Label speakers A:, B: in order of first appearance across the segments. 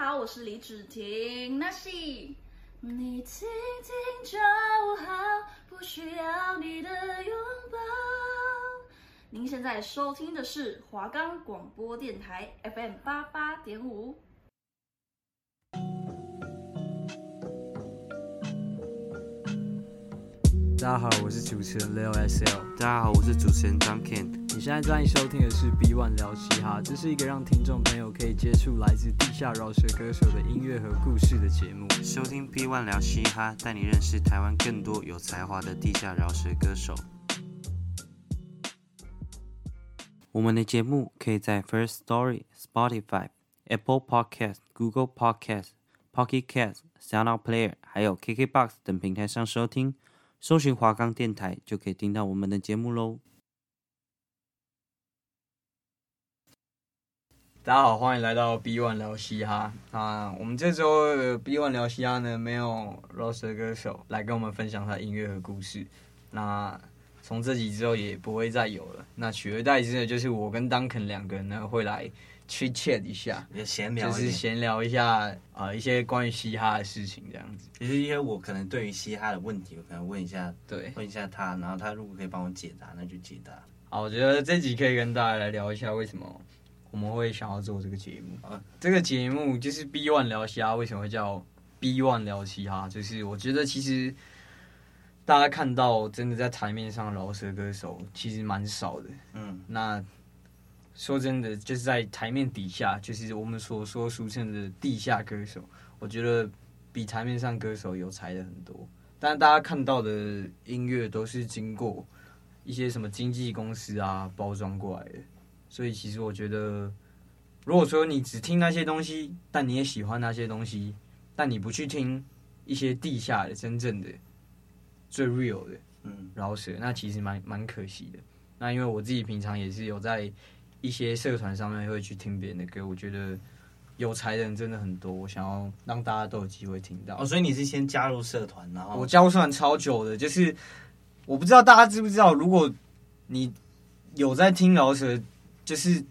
A: 好，我是李芷婷，那是
B: 你听听就好，不需要你的拥抱。
A: 您现在收听的是华冈广播电台 FM 八八点五。
C: 大家好，我是主持人 Leo SL。
D: 大家好，我是主持人张 Ken。
C: 你现在正在收听的是 B One 聊嘻哈，这是一个让听众朋友可以接触来自地下饶舌歌手的音乐和故事的节目。
D: 收听 B One 聊嘻哈，带你认识台湾更多有才华的地下饶舌歌手。我们的节目可以在 First Story、Spotify、Apple Podcast、Google Podcast、Pocket Cast、Sound Out Player 还有 KKBox 等平台上收听，搜寻华冈电台就可以听到我们的节目喽。
C: 大家好，欢迎来到 B One 聊嘻哈。啊，我们这周的 B One 聊嘻哈呢，没有饶舌歌手来跟我们分享他的音乐和故事。那从这集之后也不会再有了。那取而代之的就是我跟 Duncan 两个人呢会来 chit chat 一下，
D: 也闲
C: 就是闲聊一下啊、一些关于嘻哈的事情这样子。
D: 就是因为我可能对于嘻哈的问题，我可能问一下，
C: 对，
D: 问一下他，然后他如果可以帮我解答，那就解答。
C: 好，我觉得这集可以跟大家来聊一下为什么我们会想要做这个节目。
D: 啊
C: 呃这个节目就是 B One 聊嘻哈，为什么会叫 B One 聊嘻哈？就是我觉得其实大家看到真的在台面上饶舌歌手其实蛮少的。
D: 嗯，
C: 那说真的，就是在台面底下，就是我们所说俗称的地下歌手，我觉得比台面上歌手有才的很多。但大家看到的音乐都是经过一些什么经纪公司啊包装过来的，所以其实我觉得，如果说你只听那些东西，但你也喜欢那些东西，但你不去听一些地下的、真正的、最 real 的，
D: 嗯，
C: 饶舌，那其实蛮蛮可惜的。那因为我自己平常也是有在一些社团上面会去听别人的歌，我觉得有才的人真的很多，我想要让大家都有机会听到。
D: 哦，所以你是先加入社团，然后
C: 我交算超久的，就是我不知道大家知不知道，如果你有在听饶舌，就是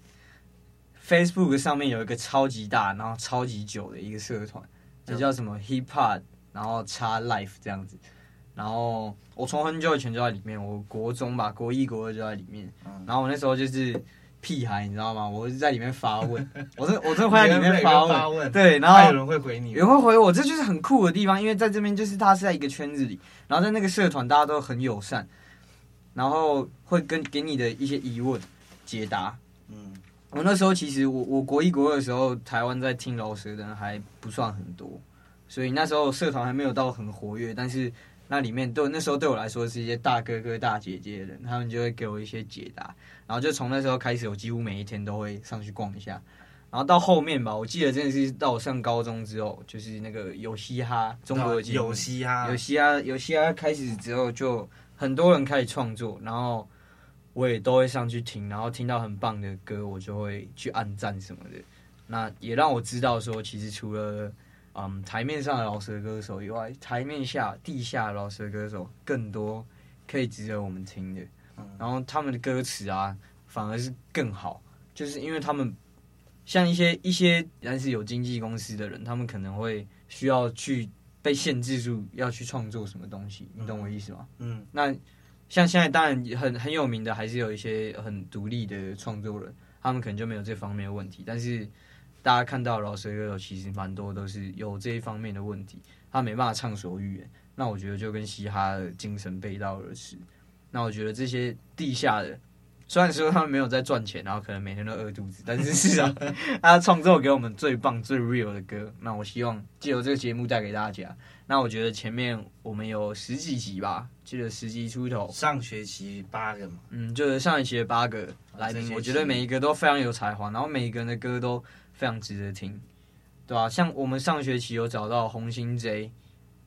C: Facebook 上面有一个超级大，然后超级久的一个社团，
D: 嗯
C: 就叫什么 Hip Hop，然后叉 Life 这样子。然后我从很久以前就在里面，我国中吧，国一国二就在里面。
D: 嗯
C: 然后我那时候就是屁孩，你知道吗？我是在里面发问，我是我真的会在里面发问，
D: 问
C: 对，然后
D: 那有人会回你吗，
C: 有人会回我，这就是很酷的地方，因为在这边就是他是在一个圈子里，然后在那个社团大家都很友善，然后会跟给你的一些疑问解答。
D: 嗯
C: 我那时候其实我我国一国二的时候，台湾在听饶舌的人还不算很多，所以那时候社团还没有到很活跃，但是那里面对那时候对我来说是一些大哥哥大姐姐的人，他们就会给我一些解答，然后就从那时候开始，我几乎每一天都会上去逛一下，然后到后面吧，我记得真的是到我上高中之后，就是那个有嘻哈中国的节目
D: 有嘻哈，
C: 有嘻哈，有嘻哈开始之后，就很多人开始创作，然后我也都会上去听，然后听到很棒的歌，我就会去按赞什么的。那也让我知道说，其实除了嗯台面上的饶舌歌手以外，台面下地下的饶舌歌手更多可以值得我们听的。然后他们的歌词啊，反而是更好，就是因为他们像一些一些但是有经纪公司的人，他们可能会需要去被限制住，要去创作什么东西，你懂我意思吗？
D: 嗯
C: 那像现在当然很很有名的，还是有一些很独立的创作人，他们可能就没有这方面的问题。但是大家看到饶舌歌手其实蛮多都是有这一方面的问题，他没办法畅所欲言。那我觉得就跟嘻哈的精神背道而驰。那我觉得这些地下的，虽然说他们没有在赚钱，然后可能每天都饿肚子，但是至少他创作给我们最棒、最 real 的歌。那我希望借由这个节目带给大家。那我觉得前面我们有十几集吧，记得十集出头，
D: 上学期八个嘛，
C: 嗯，就是上一期的八个来
D: 啊这学
C: 宾，
D: 期
C: 我觉得每一个都非常有才华，然后每一个人的歌都非常值得听，对啊，像我们上学期有找到红星 J，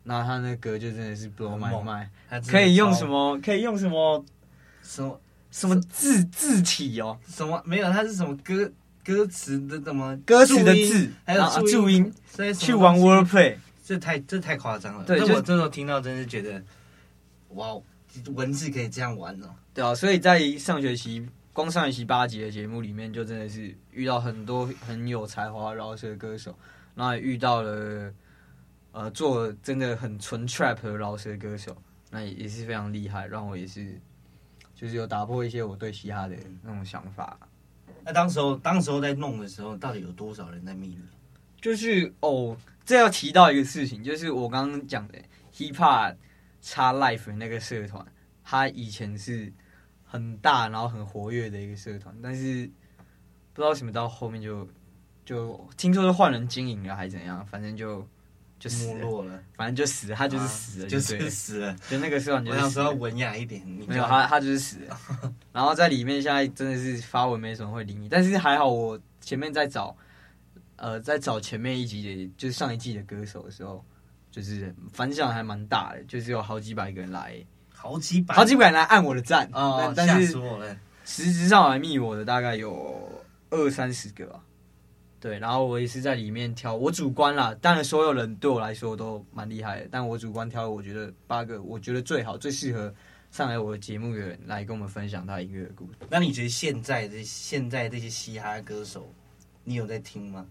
C: 那他那歌就真的是 blow
D: 很
C: my
D: 猛
C: mind，
D: 他真的
C: 可以用
D: 超
C: 什么？可以用什么？
D: 什么
C: 什么字字体哦？
D: 什么没有？他是什么歌歌词的什么
C: 歌词的
D: 注音
C: 字，
D: 还有
C: 然后啊
D: 注
C: 注音，
D: 这是什么
C: 去玩
D: 东西
C: wordplay，
D: 这太这太夸张了。
C: 对
D: 那
C: 就是
D: 我这时候听到真是觉得，哇，文字可以这样玩哦。
C: 对啊，所以在上学期。光上学期八集的节目里面，就真的是遇到很多很有才华的饶舌歌手，然后也遇到了呃做真的很纯 trap 的饶舌歌手，那也也是非常厉害，让我也是就是有打破一些我对嘻哈的那种想法。
E: 那当时候当时候在弄的时候，到底有多少人在密你？
C: 就是哦，这要提到一个事情，就是我刚刚讲的 hip hop 叉 life 那个社团，它以前是很大然后很活跃的一个社团，但是不知道为什么到后面就就听说是换人经营了还是怎样，反正就就死了，
E: 没落了，
C: 反正就死了，他就是
E: 啊
C: 死了，
E: 就
C: 对
E: 是
C: 了
E: 死了。
C: 就那个社团就
E: 我
C: 是
E: 想
C: 死
E: 说要
C: 了。
E: 文雅一点，你
C: 没
E: 就
C: 有
E: 要
C: 他，他就是死了。然后在里面现在真的是发文没什么会理你，但是还好我前面在找，呃，在找前面一集的，就是上一季的歌手的时候，就是反响还蛮大的，就是有好几百个人来，
E: 好几百，
C: 好几百人来按我的赞，
E: 哦，
C: 但
E: 吓
C: 但
E: 死
C: 是
E: 我了！
C: 实质上来密我的大概有二三十个吧。对，然后我也是在里面挑，我主观啦，当然所有人对我来说都蛮厉害的，但我主观挑，我觉得八个，我觉得最好、最适合上来我的节目的人来跟我们分享他音乐的故事。
E: 那你觉得现在这现在这些嘻哈歌手，你有在听吗？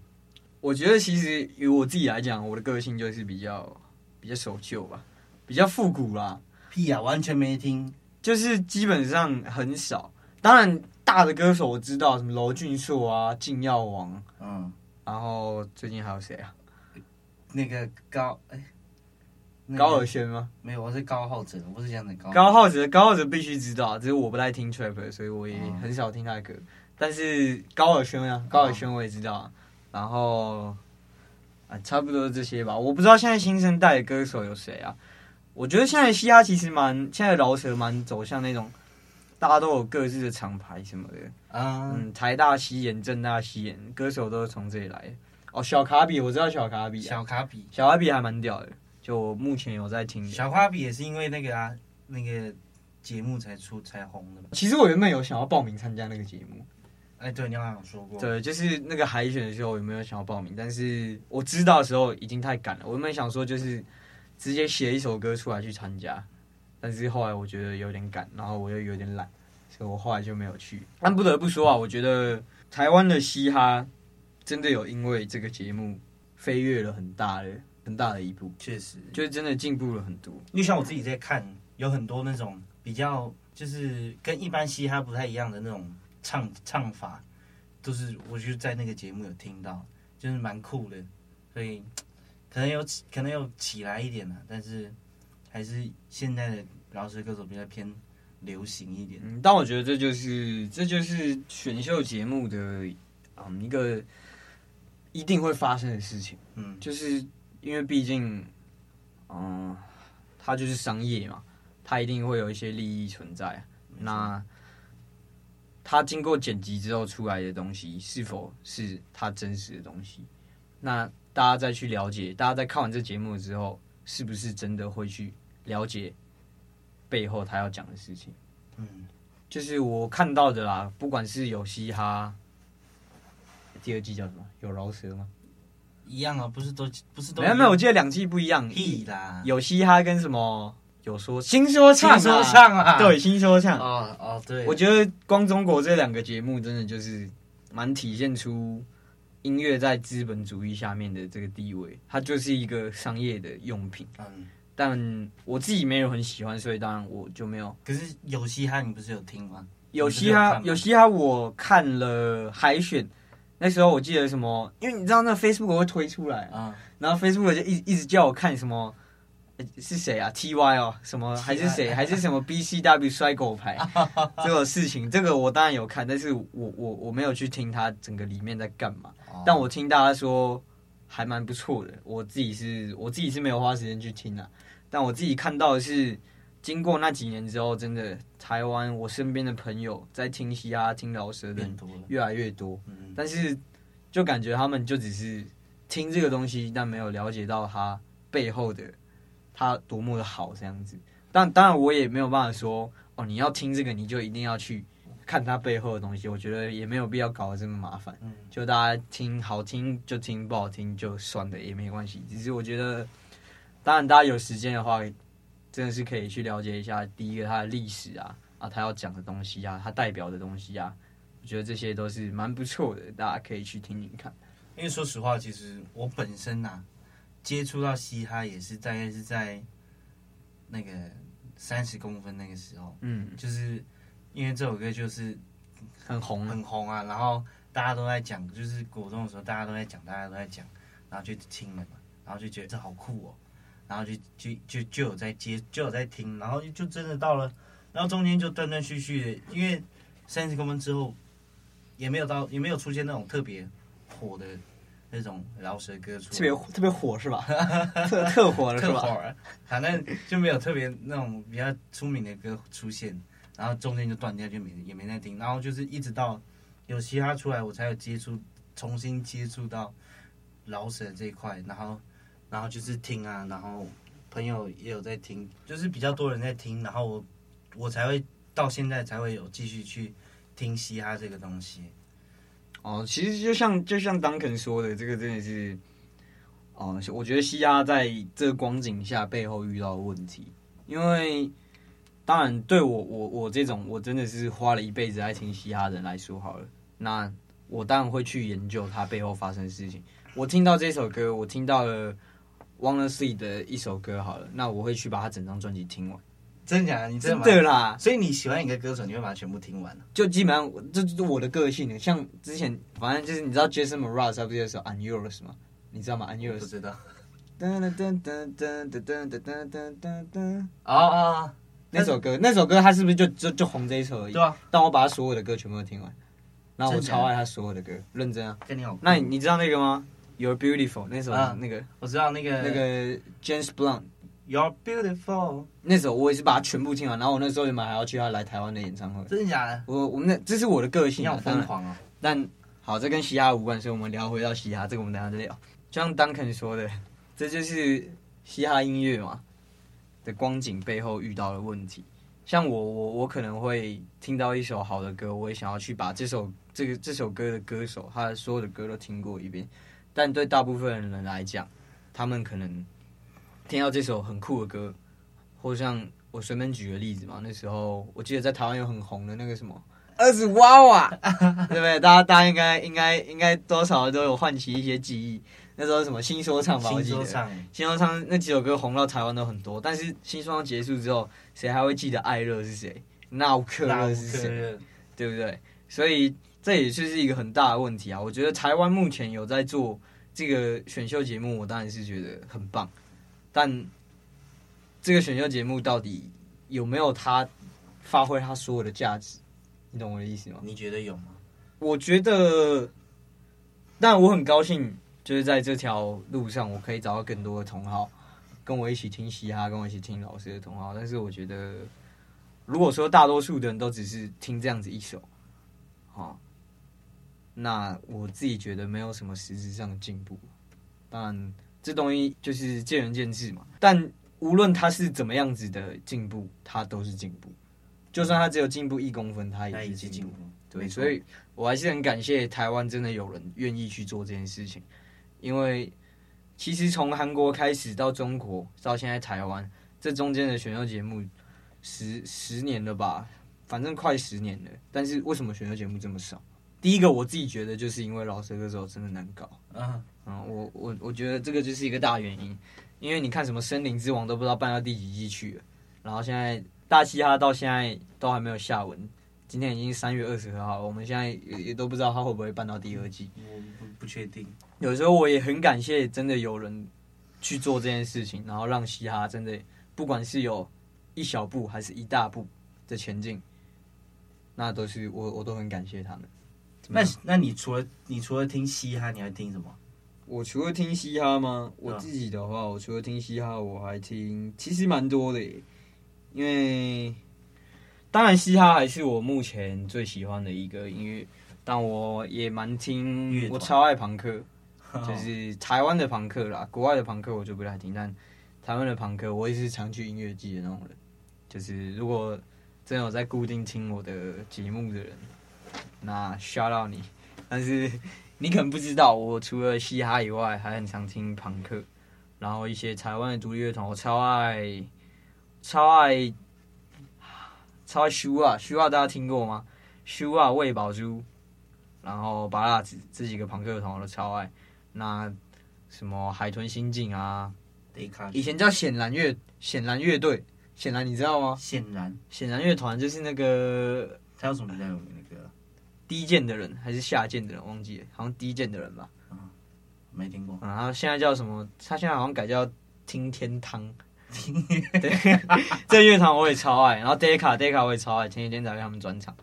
C: 我觉得其实以我自己来讲，我的个性就是比较比较守旧吧，比较复古啦，
E: 屁呀、完全没听。
C: 就是基本上很少。当然，大的歌手我知道，什么娄俊硕啊、禁药王，
E: 嗯，
C: 然后最近还有谁啊？
E: 那个高哎、那个
C: 高尔宣吗？
E: 没有，我是高浩哲，我是讲的高
C: 高浩哲，高浩哲必须知道，只是我不太听 trap，所以我也很少听他的歌。但是高尔宣啊，高尔宣我也知道啊，然后啊，差不多这些吧。我不知道现在新生代的歌手有谁啊？我觉得现在嘻哈其实蛮，现在饶舌蛮走向那种大家都有各自的厂牌什么的。
E: 啊，
C: 嗯，台大西演、正大西演，歌手都是从这里来的。哦，小卡比我知道小卡比、啊，
E: 小卡比，
C: 小卡比还蛮屌的，就我目前有在听的。
E: 小卡比也是因为那个啊，那个节目才出才红的吧？
C: 其实我原本有想要报名参加那个节目，
E: 哎、对，你好像有说过，
C: 对，就是那个海选的时候有没有想要报名？但是我知道的时候已经太赶了，我原本想说就是直接写一首歌出来去参加，但是后来我觉得有点赶，然后我又有点懒，所以我后来就没有去。但不得不说啊，我觉得台湾的嘻哈真的有因为这个节目飞跃了很大的很大的一步，
E: 确实，
C: 就是真的进步了很多。
E: 就像我自己在看，有很多那种比较就是跟一般嘻哈不太一样的那种唱唱法，都是我就在那个节目有听到，就是蛮酷的，所以可能有起可能有起来一点呢、啊但是还是现在的饶舌歌手比较偏流行一点。
C: 嗯，但我觉得这就是这就是选秀节目的嗯一个一定会发生的事情，
E: 嗯，
C: 就是因为毕竟嗯，它就是商业嘛，它一定会有一些利益存在。那它经过剪辑之后出来的东西，是否是它真实的东西？那大家再去了解，大家在看完这节目之后，是不是真的会去了解背后他要讲的事情？
E: 嗯，
C: 就是我看到的啦，不管是有嘻哈，第二季叫什么？有饶舌吗？
E: 一样啊，不是都不是都
C: 没有没有，我记得两季不一样，
E: 屁啦，
C: 有嘻哈跟什么有说新说唱、啊，
E: 新说唱啊，
C: 对，新说唱。
E: 哦哦对，
C: 我觉得《光中国》这两个节目真的就是蛮体现出音乐在资本主义下面的这个地位，它就是一个商业的用品。
E: 嗯，
C: 但我自己没有很喜欢，所以当然我就没有
E: 可是有嘻哈你不是有听吗？
C: 有嘻
E: 你不是有
C: 哈
E: 看，吗
C: 有嘻哈，我看了海选，那时候我记得什么，因为你知道那个 Facebook 会推出来，
E: 啊，
C: 然后 Facebook 就一一直叫我看什么。呃是谁啊？TY 哦，什么
E: TY
C: 还是谁？还是什么 BCW 摔狗牌这个事情，这个我当然有看，但是我我我没有去听他整个里面在干嘛。
E: 哦
C: 但我听大家说还蛮不错的，我自己是我自己是没有花时间去听啊，但我自己看到的是，经过那几年之后，真的台湾我身边的朋友在听嘻哈、听饶舌的
E: 变
C: 人
E: 多了，
C: 越来越多，
E: 嗯，
C: 但是就感觉他们就只是听这个东西，但没有了解到它背后的它多么的好这样子。但当然我也没有办法说哦，你要听这个你就一定要去看它背后的东西，我觉得也没有必要搞得这么麻烦。
E: 嗯
C: 就大家听好听就听，不好听就算了，也没关系。只是我觉得，当然大家有时间的话，真的是可以去了解一下第一个它的历史啊，啊，它要讲的东西啊，它代表的东西啊，我觉得这些都是蛮不错的，大家可以去听听看。
E: 因为说实话，其实我本身呐、接触到嘻哈也是大概是在那个三十公分那个时候，
C: 嗯，
E: 就是因为这首歌就是
C: 很红啊，
E: 很红啊，然后大家都在讲，就是国中的时候大家都在讲，大家都在讲，然后就听了嘛，然后就觉得这好酷哦，然后就就就就有在接，就有在听，然后就真的到了，然后中间就断断续续的，因为三十公分之后也没有到，也没有出现那种特别火的那种饶舌歌出来，
C: 特别特别火 是吧？特特火了是
E: 特火
C: 吧？
E: 儿，反正啊就没有特别那种比较出名的歌出现，然后中间就断掉，就没也没再听，然后就是一直到有嘻哈出来，我才有接触，重新接触到饶舌这一块，然后然后就是听啊，然后朋友也有在听，就是比较多人在听，然后我我才会到现在才会有继续去听嘻哈这个东西，
C: 哦，其实就像就像 Duncan 说的，这个真的是，哦，我觉得西亚在这个光景下背后遇到的问题，因为当然对我我我这种我真的是花了一辈子在听嘻哈的人来说好了，那我当然会去研究它背后发生的事情。我听到这首歌，我听到了 Wanna See 的一首歌好了，那我会去把它整张专辑听完。
E: 真的假的？你真
C: 真
E: 的
C: 的
E: 吗？
C: 啦，
E: 所以你喜欢一个歌手，你会把它全部听完啊
C: 就基本上我这就是我的个性了。像之前，反正就是你知道 Jason Mraz 他不是有首 I'm Yours 吗？你知道吗？I'm
E: 我不
C: Yours。
E: 知道。
C: 噔噔噔噔噔噔噔噔噔噔噔。
E: 哦哦，
C: 那首歌，那首歌他是不是就就就红这一首而已？
E: 对啊。
C: 但我把他所有的歌全部都听完，然后我
E: 真假的
C: 超爱他所有的歌，认真啊。
E: 跟你好。
C: 那你你知道那个吗？You're Beautiful 那首
E: 啊
C: 那个
E: 我知道那个
C: 那个 James Blunt
E: You're Beautiful，
C: 那首我也是把它全部听完，然后我那时候也蛮还要去他来台湾的演唱会。
E: 真的假的？
C: 我我们那这是我的个
E: 你
C: 性
E: 好
C: 啊，当
E: 疯
C: 然
E: 狂哦！
C: 但好，这跟嘻哈无关，所以我们聊回到嘻哈，这个我们等一下再聊。就像 Duncan 说的，这就是嘻哈音乐嘛的光景背后遇到的问题。像我，我我可能会听到一首好的歌，我也想要去把这首这个这首歌的歌手他的所有的歌都听过一遍，但对大部分人来讲，他们可能听到这首很酷的歌，或像我随便举个例子嘛，那时候我记得在台湾有很红的那个什么二十娃娃， 对不对？大家大家应该应该应该多少都有唤起一些记忆。那时候什么新说唱吧，我
E: 新
C: 记得
E: 说唱，
C: 新说唱那几首歌红到台湾都很多，但是新说唱结束之后，谁还会记得艾热是谁？纳乌克
E: 那
C: 热
E: 我
C: 是
E: 可
C: 谁？对不对？所以这也就是一个很大的问题啊！我觉得台湾目前有在做这个选秀节目，我当然是觉得很棒，但这个选秀节目到底有没有它发挥它所有的价值？你懂我的意思吗？
E: 你觉得有吗？
C: 我觉得，但我很高兴，就是在这条路上，我可以找到更多的同好，跟我一起听嘻哈，跟我一起听老师的同好。但是我觉得，如果说大多数的人都只是听这样子一首，啊，那我自己觉得没有什么实质上的进步。当然，这东西就是见仁见智嘛。但无论它是怎么样子的进步，它都是进步。就算它只有进步一公分，它
E: 那
C: 也
E: 已
C: 是
E: 经
C: 进
E: 进
C: 步
E: 步。，
C: 对，
E: 没错
C: 所以我还是很感谢台湾真的有人愿意去做这件事情，因为其实从韩国开始到中国到现在台湾，这中间的选秀节目十十年了吧，反正快十年了。但是为什么选秀节目这么少？第一个我自己觉得就是因为老舌歌手真的难搞，
E: 嗯，
C: 嗯，我我我觉得这个就是一个大原因，因为你看什么《森林之王》都不知道办到第几季去了，然后现在大嘻哈到现在都还没有下文，今天已经三月二十号了，我们现在也也都不知道他会不会办到第二季。
E: 我不不确定。
C: 有时候我也很感谢真的有人去做这件事情，然后让嘻哈真的不管是有一小步还是一大步的前进，那都是我我都很感谢他们。怎么
E: 那
C: 样
E: 那你除了你除了听嘻哈，你还听什么？
C: 我除了听嘻哈吗？我
E: 对啊
C: 自己的话，我除了听嘻哈，我还听其实蛮多的耶，因为当然嘻哈还是我目前最喜欢的一个音乐，但我也蛮
E: 乐
C: 听，
E: 团
C: 我超爱朋克， 就是台湾的朋克啦，国外的朋克我就不太听，但台湾的朋克我也是常去音乐季的那种人，就是如果真的有在固定听我的节目的人，那 shout out 你，但是。你可能不知道，我除了嘻哈以外，还很常听朋克，然后一些台湾的独立乐团，我超爱，超爱，超爱 Shua，Shua 大家听过吗？Shua 魏宝珠，然后巴拉子这几个朋克乐团我都超爱。那什么海豚刑警啊，
E: 得卡
C: 以前叫显然乐显然乐队，显然你知道吗？
E: 显然，
C: 显然乐团就是那个
E: 他有什么比较有名的歌啊？
C: 低贱的人还是下贱的人，忘记了，好像低贱的人吧。
E: 没听过。
C: 然后现在叫什么？他现在好像改叫听天堂。对， 这乐团我也超爱，然后 Deca Deca 我也超爱，前几天才去他们专场，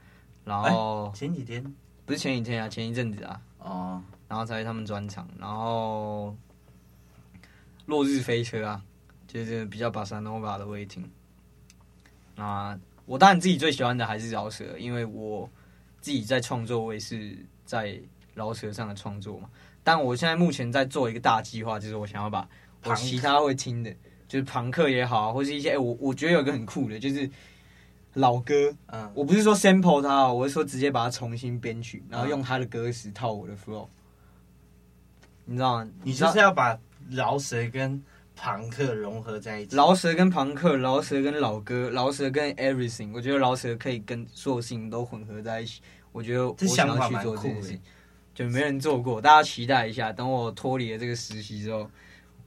C: 然后、
E: 前几天
C: 不是前几天啊，前一阵子啊，
E: 哦，
C: 然后才去他们专场，然后落日飞车啊，就是比较把 s a n o v a 的我也听。那我当然自己最喜欢的还是饶舌，因为我自己在创作，我也是在饶舌上的创作嘛。但我现在目前在做一个大计划，就是我想要把我
E: 朋克
C: 其他会听的，就是朋克也好啊，或是一些、哎我我觉得有一个很酷的，就是老歌，
E: 嗯，
C: 我不是说 sample 它哦，我是说直接把它重新编曲，
E: 嗯
C: 然后用它的歌词套我的 flow。你知道吗？
E: 你
C: 知道
E: 就是要把饶舌跟朋克融合在一起。
C: 饶舌跟朋克，饶舌跟老歌，饶舌跟 everything，我觉得饶舌可以跟所有事情都混合在一起。我觉得我
E: 这
C: 想
E: 想
C: 要
E: 法
C: 去
E: 蛮
C: 做这
E: 酷
C: 件事
E: 的
C: 情，，就没人做过，大家期待一下。等我脱离了这个实习之后，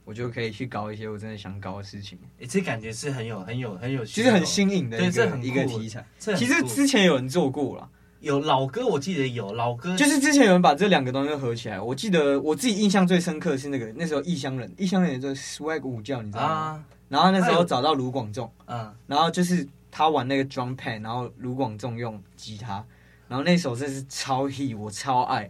C: 我就可以去搞一些我真的想搞的事情。
E: 诶这感觉是很有很有很有，
C: 其实很，新颖的
E: 对
C: 一
E: 这
C: 个
E: 很酷
C: 一个题材。
E: 这很
C: 其实
E: 酷
C: 之前有人做过了，
E: 有老歌，我记得有老歌，
C: 就是之前有人把这两个东西合起来。我记得我自己印象最深刻的是那个那时候异乡人，异乡人有个 swag 舞教，你知道吗？
E: 啊，
C: 然后那时
E: 他
C: 候
E: 有
C: 找到卢广仲。
E: 嗯，
C: 然后就是他玩那个 drum pad，然后卢广仲用吉他，然后那首真是超 hit，我超爱。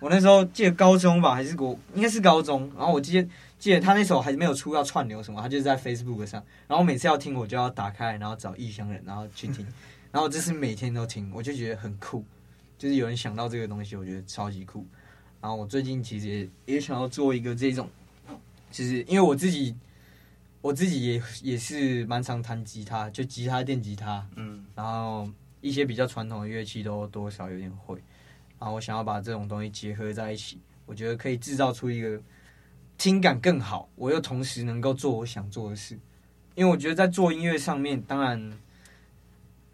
C: 我那时候记得高中吧，还是国，应该是高中。然后我记得记得他那首还没有出要串流什么，他就是在 Facebook 上。然后每次要听，我就要打开，然后找异乡人，然后去听。然后我就是每天都听，我就觉得很酷，就是有人想到这个东西，我觉得超级酷。然后我最近其实也也想要做一个这种，就是因为我自己我自己也也是蛮常弹吉他，就吉他、电吉他，
E: 嗯，
C: 然后一些比较传统的乐器都多少有点会。然后我想要把这种东西结合在一起，我觉得可以制造出一个听感更好，我又同时能够做我想做的事。因为我觉得在做音乐上面，当然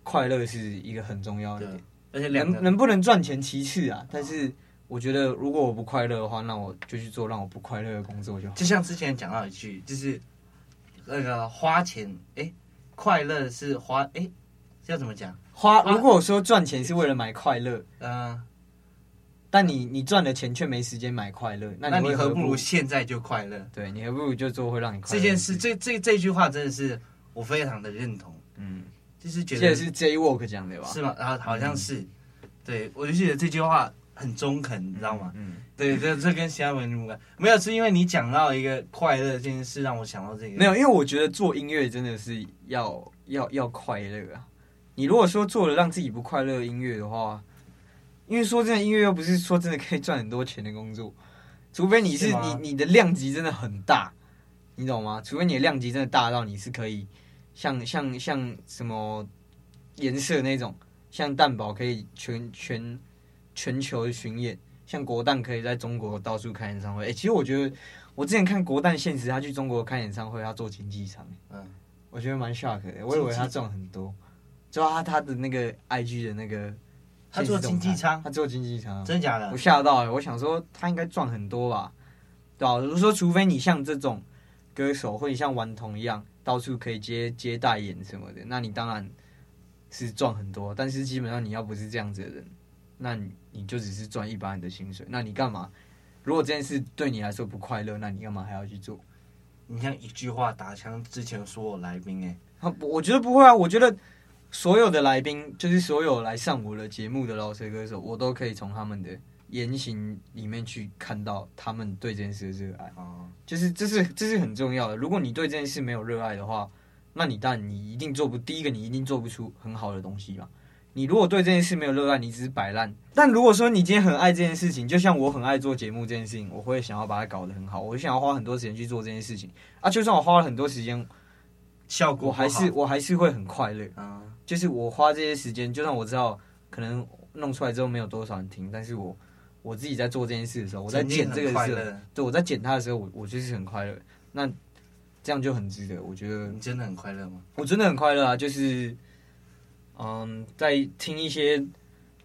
C: 快乐是一个很重要的
E: 对
C: 点，，
E: 而且两
C: 能
E: 个
C: 能不能赚钱其次啊，但是。我觉得，如果我不快乐的话，那我就去做让我不快乐的工作就好。
E: 就像之前讲到一句，就是那个花钱，哎，快乐是花，哎，这要怎么讲？
C: 花，
E: 花
C: 如果我说赚钱是为了买快乐，
E: 嗯，
C: 但你你赚了钱却没时间买快乐，那
E: 那
C: 你
E: 你
C: 会
E: 何
C: 何
E: 不如现在就快乐？
C: 对你何不如就做会让你快
E: 这
C: 乐
E: 件
C: 的
E: 事，
C: 情，
E: 这这这句话真的是我非常的认同，
C: 嗯，
E: 就是觉
C: 这
E: 得
C: 也是 J Walk 讲的吧？嗯
E: 是吗？然后好像是，对我就觉得这句话很中肯，你知道吗？
C: 嗯，
E: 对，这这跟其他文无关，没有是因为你讲到一个快乐这件事，让我想到这个。
C: 没有，因为我觉得做音乐真的是要要要快乐啊！你如果说做了让自己不快乐的音乐的话，因为说真的，音乐又不是说真的可以赚很多钱的工作，除非你是你
E: 是吗
C: 你的量级真的很大，你懂吗？除非你的量级真的大到你是可以像像像什么颜色那种，像蛋堡可以全全全球巡演，像国蛋可以在中国到处开演唱会。哎、其实我觉得我之前看国蛋现实，他去中国开演唱会，他做经济舱，
E: 嗯，
C: 我觉得蛮 shock 的。我以为他赚很多，就他他的那个 IG 的那个
E: 他做经济舱
C: 他做经济舱啊，
E: 真的假的
C: 我？吓到、欸，我想说他应该赚很多吧，对吧、啊？我说除非你像这种歌手，或者像顽童一样，到处可以接接代言什么的，那你当然是赚很多。但是基本上你要不是这样子的人，那你你就只是赚一般人的薪水，那你干嘛？如果这件事对你来说不快乐，那你干嘛还要去做？
E: 你像一句话打枪之前所有来宾，哎，
C: 啊不我觉得不会啊，我觉得所有的来宾，就是所有来上我的节目的老舌歌手，我都可以从他们的言行里面去看到他们对这件事的热爱，
E: 哦，
C: 就是这是这是很重要的。如果你对这件事没有热爱的话，那你当然你一定做不第一个，你一定做不出很好的东西嘛。你如果对这件事没有热爱，你只是摆烂。但如果说你今天很爱这件事情，就像我很爱做节目这件事情，我会想要把它搞得很好，我想要花很多时间去做这件事情啊。就算我花了很多时间，
E: 效果
C: 我
E: 不好
C: 还是我还是会很快乐。
E: 嗯，
C: 就是我花这些时间，就算我知道可能弄出来之后没有多少人听，但是我我自己在做这件事的时候，我在
E: 曾经
C: 剪这个的
E: 很
C: 时
E: 快
C: 候，
E: 乐，
C: 对我在剪它的时候，我我就是很快乐。那这样就很值得，我觉得
E: 你真的很快乐吗？
C: 我真的很快乐啊！就是嗯，在听一些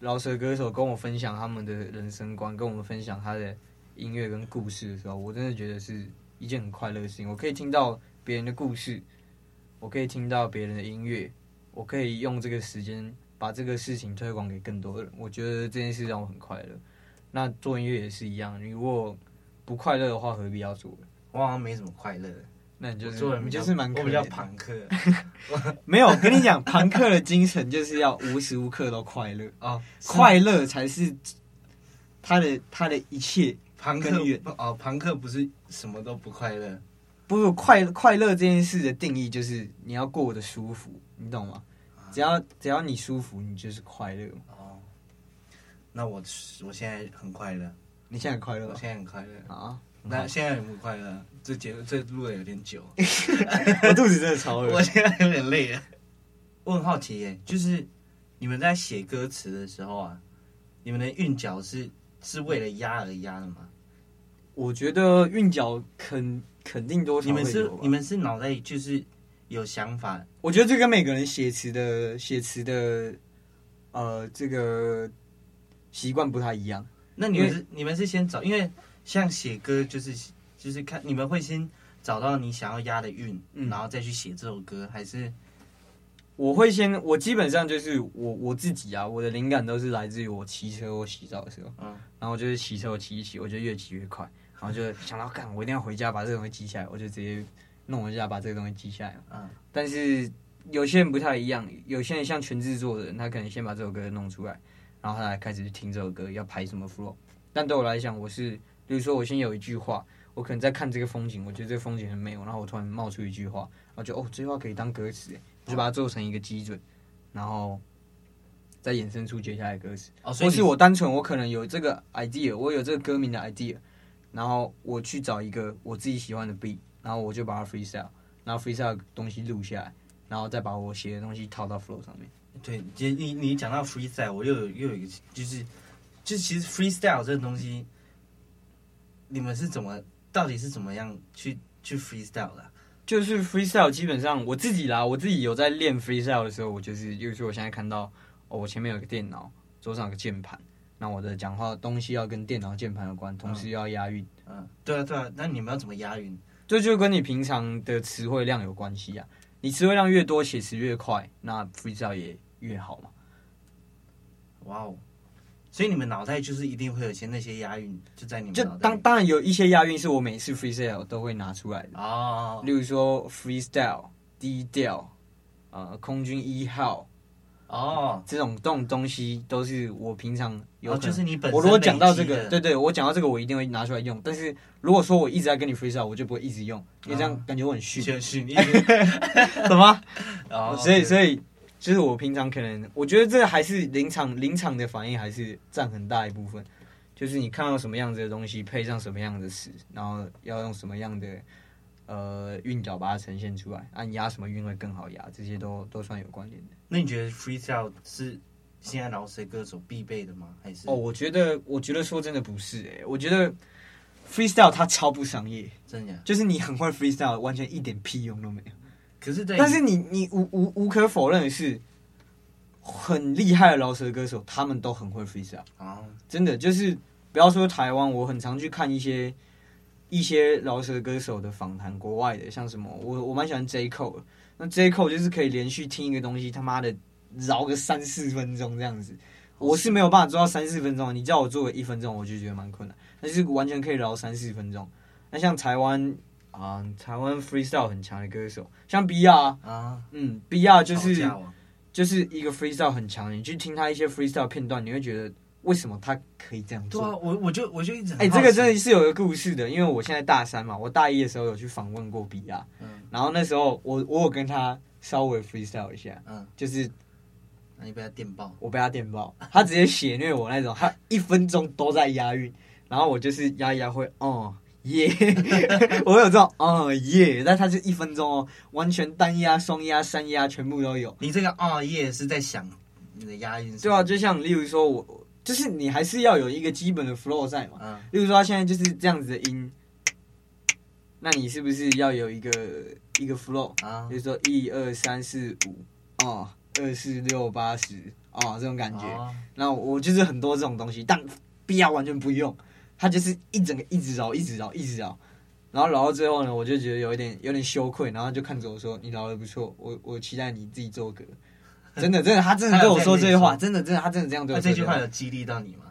C: 饶舌歌手跟我分享他们的人生观，跟我们分享他的音乐跟故事的时候，我真的觉得是一件很快乐的事情。我可以听到别人的故事，我可以听到别人的音乐，我可以用这个时间把这个事情推广给更多人。我觉得这件事让我很快乐。那做音乐也是一样，如果不快乐的话，何必要做？
E: 我好像没什么快乐，
C: 那你就
E: 我
C: 是
E: 做人
C: 你
E: 比
C: 就
E: 较
C: 是蛮可
E: 我比较
C: 怜的
E: 朋克
C: 没有，跟你讲，朋克的精神就是要无时无刻都快乐，
E: 哦，
C: 快乐才是他的他的一切。
E: 朋
C: 根
E: 克
C: 源
E: 不哦，朋克不是什么都不快乐，
C: 不是快快乐这件事的定义就是你要过得舒服，你懂吗？
E: 啊
C: 只要只要你舒服，你就是快乐嘛。
E: 哦，那我我现在很快乐，
C: 你现在很快乐
E: 我
C: 吧？
E: 现在很快乐。
C: 啊，
E: 那现在有没有快乐？这节这录的有点久，
C: 我肚子真的超
E: 我
C: 饿。
E: 现在有点累了。我很好奇耶，就是你们在写歌词的时候啊，你们的韵脚是是为了压而压的吗？
C: 我觉得韵脚肯肯定多少
E: 你们
C: 会
E: 是
C: 有吧
E: 你们是脑袋里就是有想法，
C: 我觉得这跟每个人写词的写词的呃这个习惯不太一样。
E: 那你们是你们是先找，因为像写歌就是就是看你们会先找到你想要押的韵，
C: 嗯
E: 然后再去写这首歌，还是
C: 我会先，我基本上就是我我自己啊，我的灵感都是来自于我骑车或洗澡的时候，
E: 嗯
C: 然后就是骑车我骑一骑，我就越骑越快，然后就想到干，我一定要回家把这个东西记下来，我就直接弄一下把这个东西记下来嘛。
E: 嗯
C: 但是有些人不太一样，有些人像全制作的人，他可能先把这首歌弄出来，然后他才开始去听这首歌要排什么 flow。但对我来讲，我是，比如说我先有一句话，我可能在看这个风景，我觉得这个风景很美，然后我突然冒出一句话，然后就哦，这句话可以当歌词，我就把它做成一个基准，然后再衍生出接下来的歌词。
E: 哦，所
C: 或
E: 以你
C: 是我单纯我可能有这个 idea，我有这个歌名的 idea，然后我去找一个我自己喜欢的 beat，然后我就把它 freestyle，然后 freestyle 的东西录下来，然后再把我写的东西套到 flow 上面。
E: 对，你你你讲到 freestyle，我又有又有一个就是就是其实 freestyle 这个东西，你们是怎么到底是怎么样去去 freestyle 的啊、
C: 就是 freestyle，基本上我自己啦，我自己有在练 freestyle 的时候，我就是，例如说我现在看到哦，我前面有个电脑，桌上有个键盘，那我的讲话东西要跟电脑键盘有关，同时要押韵，
E: 嗯，对啊对啊，那你们要怎么押韵？
C: 这就跟你平常的词汇量有关系啊。你词汇量越多，写词越快，那 freestyle 也越好嘛。
E: 哇哦！所以你们脑袋就是一定会有些那些押韵，就在你们
C: 就
E: 脑袋
C: 当
E: 里
C: 当然有一些押韵是我每次 freestyle 都会拿出来的，
E: 哦
C: 例如说 freestyle 低调，呃，空军一号
E: 哦
C: 这种这种东西都是我平常有
E: 哦，
C: 可能、
E: 就是你本身
C: 我如果讲到这
E: 累
C: 个，
E: 积的
C: 对对，我讲到这个我一定会拿出来用。但是如果说我一直在跟你 freestyle，我就不会一直用，因为这样
E: 嗯
C: 感觉我很逊，
E: 就 是你一直
C: 懂吗？
E: 哦，
C: 所以所以就是我平常可能，我觉得这还是临场临场的反应还是占很大一部分，就是你看到什么样子的东西，配上什么样的词，然后要用什么样的呃韵脚把它呈现出来，按、你押什么韵会更好押，这些都都算有关联的。
E: 那你觉得 freestyle 是现在饶舌歌手必备的吗？还是
C: 哦，我觉得我觉得说真的不是诶、我觉得 freestyle 它超不商业，
E: 真的假的？
C: 就是你很会 freestyle，完全一点屁用都没有。
E: 可是对，
C: 但是你你无无无可否认的是，很厉害的饶舌歌手，他们都很会 freestyle，
E: 哦
C: 真的就是不要说台湾，我很常去看一些一些饶舌歌手的访谈，国外的像什么，我我蛮喜欢 J Cole，的那 J Cole 就是可以连续听一个东西，他妈的饶个三四分钟这样子。我是没有办法做到三四分钟的，啊你叫我做个一分钟，我就觉得蛮困难。但是完全可以饶三四分钟。那像台湾啊、台湾 freestyle 很强的歌手，像 B R，啊
E: 啊，
C: 嗯，B R 就
E: 吵
C: 是
E: 架哦王
C: 就是一个 freestyle 很强，你去听他一些 freestyle 片段，你会觉得为什么他可以这样
E: 对啊，
C: 做？
E: 我我就我就一直很
C: 哎、
E: 好
C: 这个
E: 奇
C: 真的是有一个故事的，因为我现在大三嘛，我大一的时候有去访问过比亚，
E: 嗯
C: 然后那时候我我有跟他稍微 freestyle 一下，
E: 嗯，
C: 就是
E: 那你被他电爆，
C: 我被他电爆，他直接血虐我那种，他一分钟都在押韵，然后我就是押一押会哦 耶，我有这种哦耶，但他就一分钟哦，完全单押、双押、三押全部都有。
E: 你这个哦耶是在想你的押韵是
C: 对
E: 吗
C: 啊，就像例如说我，我就是你还是要有一个基本的 flow 在嘛。
E: 嗯
C: 例如说，他现在就是这样子的音，那你是不是要有一个一个 flow？
E: 啊
C: 比如说一二三四五，哦，二四六八十啊这种感觉。
E: 哦
C: 那我就是很多这种东西，但 B R 完全不用，它就是一整个一直绕，一直绕，一直绕。然后绕到最后呢，我就觉得有一点有点羞愧，然后就看着我说：“你绕的不错，我我期待你自己做 歌。”真的，真的，他真的对我说这句话，真的，真的，他真的这样对
E: 那
C: 我
E: 这
C: 说
E: 句话有
C: 句话
E: 激励到你吗？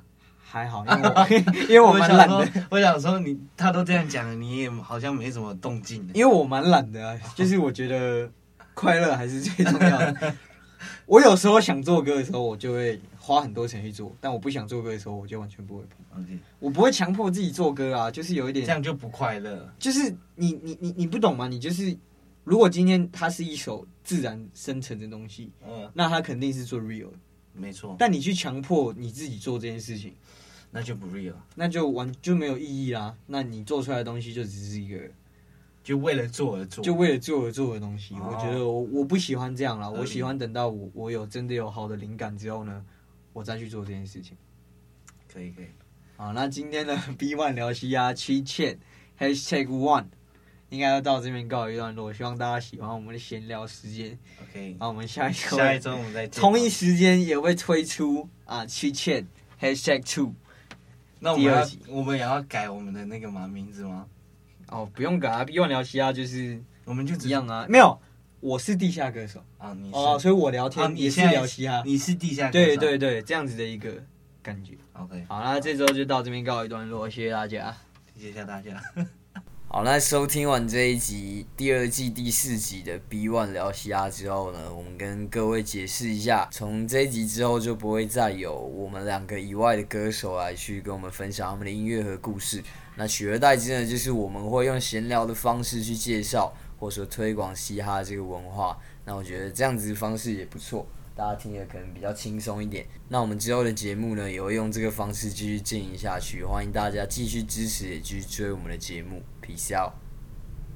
C: 还好，因为我因为我蛮
E: 想
C: 懒
E: 说
C: 的，，
E: 我想说你他都这样讲了，你也好像没什么动静的。
C: 因为我蛮懒的啊，就是我觉得快乐还是最重要的。 我有时候想做歌的时候，我就会花很多钱去做；但我不想做歌的时候，我就完全不会碰。
E: OK，
C: 我不会强迫自己做歌啊，就是有一
E: 这
C: 点，
E: 样就不快乐了。
C: 就是你你你你不懂嘛？你就是，如果今天它是一首自然生成的东西，
E: 嗯，
C: 那它肯定是做 real 的。
E: 没错，
C: 但你去强迫你自己做这件事情，
E: 那就不 real，
C: 那就完就没有意义啦。那你做出来的东西就只是一个
E: 就为了做而做。
C: 就为了做而做的东西。
E: 哦嗯
C: 我觉得我我不喜欢这样啦，
E: 合理
C: 我喜欢等到我我有真的有好的灵感之后呢，我再去做这件事情。
E: 可以可以，
C: 好，那今天的 B One 聊西亚七欠 Hashtag One 应该要到这边告一段落，希望大家喜欢我们的闲聊时间。
E: OK，
C: 那我们下一周
E: 下一周我们再见。
C: 同一时间也会推出啊七欠 Hashtag Two
E: 那我们
C: 第
E: 要
C: 二集
E: 我们也要改我们的那个嘛名字吗？
C: 哦，不用改啊，B One 聊西亚就是
E: 我们就只
C: 一样啊，没有。我是地下歌手
E: 啊，你是
C: 哦，所以我聊
E: 啊
C: 天
E: 你
C: 也是
E: 现在
C: 聊嘻哈，
E: 你是地下歌手
C: 对对对，这样子的一个感觉。
E: ，OK，
C: 好啦，这周就到这边告一段落，谢谢大家。
E: 谢谢大家。
F: 好，那收听完这一集第二季第四集的 B One 聊嘻哈之后呢，我们跟各位解释一下，从这一集之后就不会再有我们两个以外的歌手来去跟我们分享他们的音乐和故事。那取而代之呢，就是我们会用闲聊的方式去介绍或者说推广嘻哈这个文化。那我觉得这样子的方式也不错，大家听着可能比较轻松一点。那我们之后的节目呢，也会用这个方式继续进行下去，欢迎大家继续支持，也继续追我们的节目。Peace out。